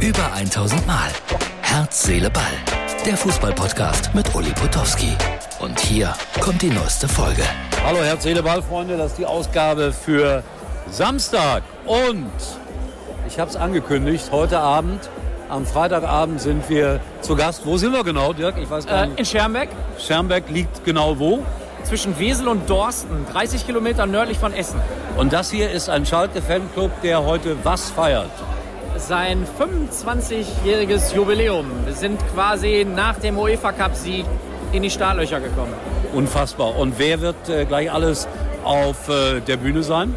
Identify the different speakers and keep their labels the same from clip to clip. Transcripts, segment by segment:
Speaker 1: Über 1000 Mal. Herz, Seele, Ball. Der Fußballpodcast mit Uli Potowski. Und hier kommt die neueste Folge.
Speaker 2: Hallo Herz, Seele, Ball, Freunde. Das ist die Ausgabe für Samstag. Und ich habe es angekündigt, heute Abend, am Freitagabend sind wir zu Gast. Wo sind wir genau, Dirk? Ich weiß gar
Speaker 3: Äh,
Speaker 2: nicht.
Speaker 3: in Schermbeck
Speaker 2: Schermbeck liegt genau wo?
Speaker 3: zwischen Wesel und Dorsten, 30 Kilometer nördlich von Essen.
Speaker 2: Und das hier ist ein Schalke-Fanclub, der heute was feiert.
Speaker 3: Sein 25-jähriges Jubiläum. Wir sind quasi nach dem UEFA-Cup-Sieg in die Startlöcher gekommen.
Speaker 2: Unfassbar. Und wer wird äh, gleich alles auf äh, der Bühne sein?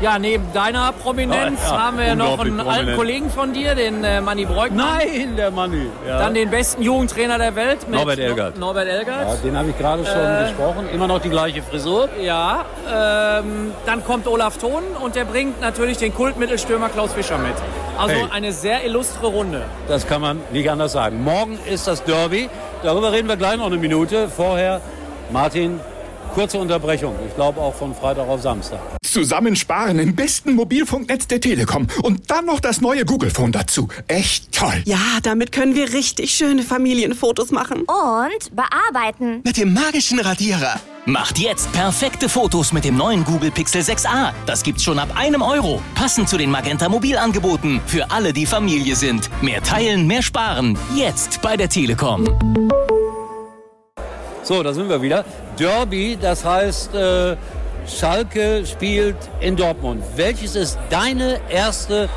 Speaker 3: Ja, neben deiner Prominenz
Speaker 2: Ah, ja,
Speaker 3: haben wir noch
Speaker 2: unglaublich
Speaker 3: einen alten
Speaker 2: prominent.
Speaker 3: Kollegen von dir, den äh, Manni Breugmann.
Speaker 2: Nein, der Manni. Ja.
Speaker 3: Dann den besten Jugendtrainer der Welt mit
Speaker 2: Norbert Elgert.
Speaker 3: No Norbert
Speaker 2: ja,
Speaker 3: Elgert.
Speaker 2: den habe ich gerade schon
Speaker 3: Äh.
Speaker 2: besprochen. Immer noch die gleiche Frisur.
Speaker 3: Ja, ähm, dann kommt Olaf Thon und der bringt natürlich den Kultmittelstürmer Klaus Fischer mit. Also
Speaker 2: Hey.
Speaker 3: eine sehr illustre Runde.
Speaker 2: Das kann man nicht anders sagen. Morgen ist das Derby. Darüber reden wir gleich noch eine Minute. Vorher, Martin, kurze Unterbrechung. Ich glaube auch von Freitag auf Samstag.
Speaker 4: Zusammensparen im besten Mobilfunknetz der Telekom und dann noch das neue Google Phone dazu. Echt toll.
Speaker 5: Ja, damit können wir richtig schöne Familienfotos machen.
Speaker 6: Und bearbeiten.
Speaker 7: Mit dem magischen Radierer.
Speaker 1: Macht jetzt perfekte Fotos mit dem neuen Google Pixel 6a. Das gibt's schon ab einem Euro. Passend zu den Magenta Mobilangeboten. Für alle, die Familie sind. Mehr teilen, mehr sparen. Jetzt bei der Telekom.
Speaker 2: So, da sind wir wieder. Derby, das heißt, äh, Schalke spielt in Dortmund. Welches ist deine erste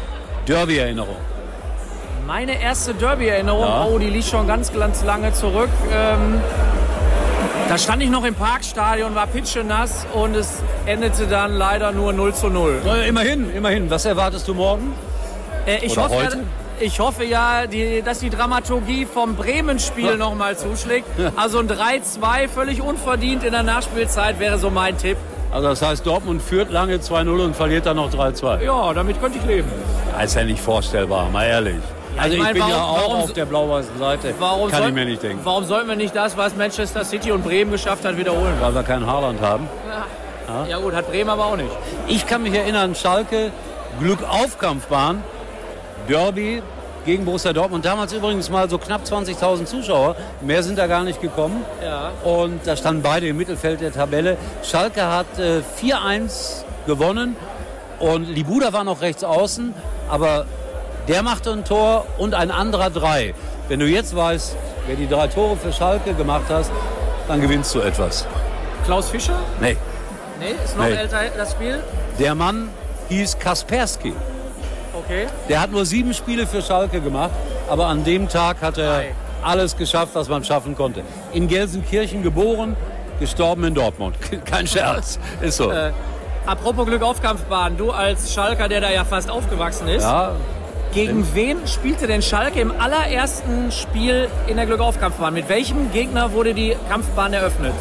Speaker 2: Derby-Erinnerung?
Speaker 3: Meine erste Derby-Erinnerung, oh, die liegt schon ganz, ganz lange zurück. Ähm, da stand ich noch im Parkstadion, war pitschenass und es endete dann leider nur 0 zu 0.
Speaker 2: Äh, immerhin, immerhin. Was erwartest du morgen?
Speaker 3: Äh, ich,
Speaker 2: Oder
Speaker 3: hoffe, ja,
Speaker 2: heute?
Speaker 3: ich hoffe ja, die, dass die Dramaturgie vom Bremen-Spiel noch nochmal zuschlägt. Also ein 3-2, völlig unverdient in der Nachspielzeit, wäre so mein Tipp.
Speaker 2: Also das heißt, Dortmund führt lange 2-0 und verliert dann noch 3-2.
Speaker 3: Ja, damit könnte ich leben.
Speaker 2: Ja, ist ja nicht vorstellbar, mal ehrlich. also ich,
Speaker 3: ich meine,
Speaker 2: bin ja
Speaker 3: warum-
Speaker 2: auch
Speaker 3: warum
Speaker 2: auf
Speaker 3: so-
Speaker 2: der blau-weißen Seite.
Speaker 3: Warum
Speaker 2: Kann
Speaker 3: soll-
Speaker 2: ich mir nicht denken.
Speaker 3: Warum sollten wir nicht das, was Manchester City und Bremen geschafft hat, wiederholen?
Speaker 2: Weil wir kein Haaland haben.
Speaker 3: Ja gut, hat Bremen aber auch nicht.
Speaker 2: Ich kann mich erinnern, Schalke, Glück auf Kampfbahn, Derby gegen Borussia Dortmund. Damals übrigens mal so knapp 20.000 Zuschauer. Mehr sind da gar nicht gekommen.
Speaker 3: Ja.
Speaker 2: Und da standen beide im Mittelfeld der Tabelle. Schalke hat äh, 4-1 gewonnen und Libuda war noch rechts außen, aber der machte ein Tor und ein anderer drei. Wenn du jetzt weißt, wer die drei Tore für Schalke gemacht hat, dann gewinnst du etwas.
Speaker 3: Klaus Fischer?
Speaker 2: Nee,
Speaker 3: Nee, ist noch
Speaker 2: Nee.
Speaker 3: älter das Spiel.
Speaker 2: der Mann hieß Kaspersky.
Speaker 3: Okay.
Speaker 2: Der hat nur sieben Spiele für Schalke gemacht, aber an dem Tag hat er
Speaker 3: Ei.
Speaker 2: alles geschafft, was man schaffen konnte. In Gelsenkirchen geboren, gestorben in Dortmund. Kein Scherz, ist so.
Speaker 3: Äh. Apropos Glück auf Kampfbahn, du als Schalker, der da ja fast aufgewachsen ist,
Speaker 2: ja,
Speaker 3: gegen wen spielte denn Schalke im allerersten Spiel in der Glück auf Kampfbahn? Mit welchem Gegner wurde die Kampfbahn eröffnet?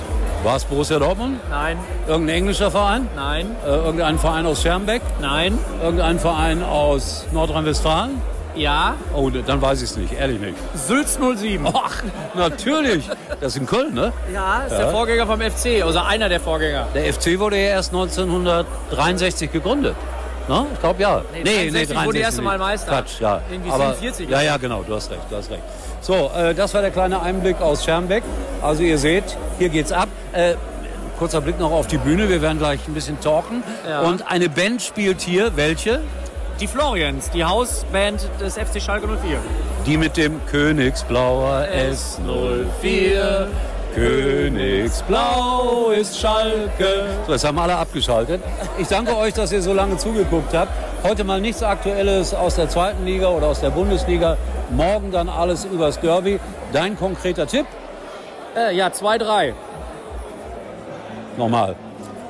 Speaker 2: war es Borussia Dortmund?
Speaker 3: Nein,
Speaker 2: Irgendein englischer Verein?
Speaker 3: nein,
Speaker 2: Äh, irgendein Verein aus Schermbeck?
Speaker 3: nein,
Speaker 2: Irgendein Verein aus Nordrhein-Westfalen?
Speaker 3: ja,
Speaker 2: Oh, ne, dann weiß ich es nicht, ehrlich nicht.
Speaker 3: Sülz 07.
Speaker 2: Ach, natürlich. Das ist in Köln, ne?
Speaker 3: Ja, ist der Vorgänger vom FC, also einer der Vorgänger.
Speaker 2: Der FC wurde ja erst 1963 gegründet. Ne? Ich glaube ja.
Speaker 3: Nee, 63 wurde das erste Mal
Speaker 2: nicht.
Speaker 3: Meister.
Speaker 2: Quatsch, ja.
Speaker 3: Irgendwie
Speaker 2: Aber,
Speaker 3: 47
Speaker 2: Ja,
Speaker 3: oder
Speaker 2: ja, genau, du hast recht, du hast recht. So, äh, das war der kleine Einblick aus Schermbeck. Also ihr seht, hier geht's ab. Äh, kurzer Blick noch auf die Bühne, wir werden gleich ein bisschen talken.
Speaker 3: Ja.
Speaker 2: Und eine Band spielt hier, welche?
Speaker 3: Die Florians, die Hausband des FC Schalke 04.
Speaker 2: Die mit dem Königsblauer S04. Königsblau ist Schalke. So, das haben alle abgeschaltet. Ich danke euch, dass ihr so lange zugeguckt habt. Heute mal nichts Aktuelles aus der zweiten Liga oder aus der Bundesliga. Morgen dann alles übers Derby. Dein konkreter Tipp?
Speaker 3: Äh, ja, 2-3.
Speaker 2: Nochmal.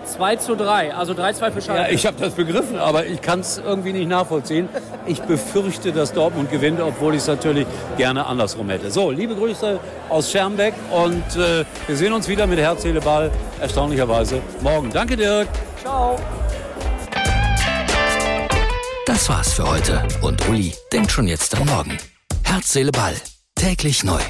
Speaker 3: 2 zu 3, also 3-2 für Schalke.
Speaker 2: Ja, ich habe das begriffen, aber ich kann es irgendwie nicht nachvollziehen. Ich befürchte, dass Dortmund gewinnt, obwohl ich es natürlich gerne andersrum hätte. So, liebe Grüße aus Schermbeck und äh, wir sehen uns wieder mit Herz, Seele, Ball, erstaunlicherweise morgen. Danke, Dirk.
Speaker 3: Ciao.
Speaker 1: Das war's für heute und Uli denkt schon jetzt an morgen. Herz, Seele, Ball. Täglich neu.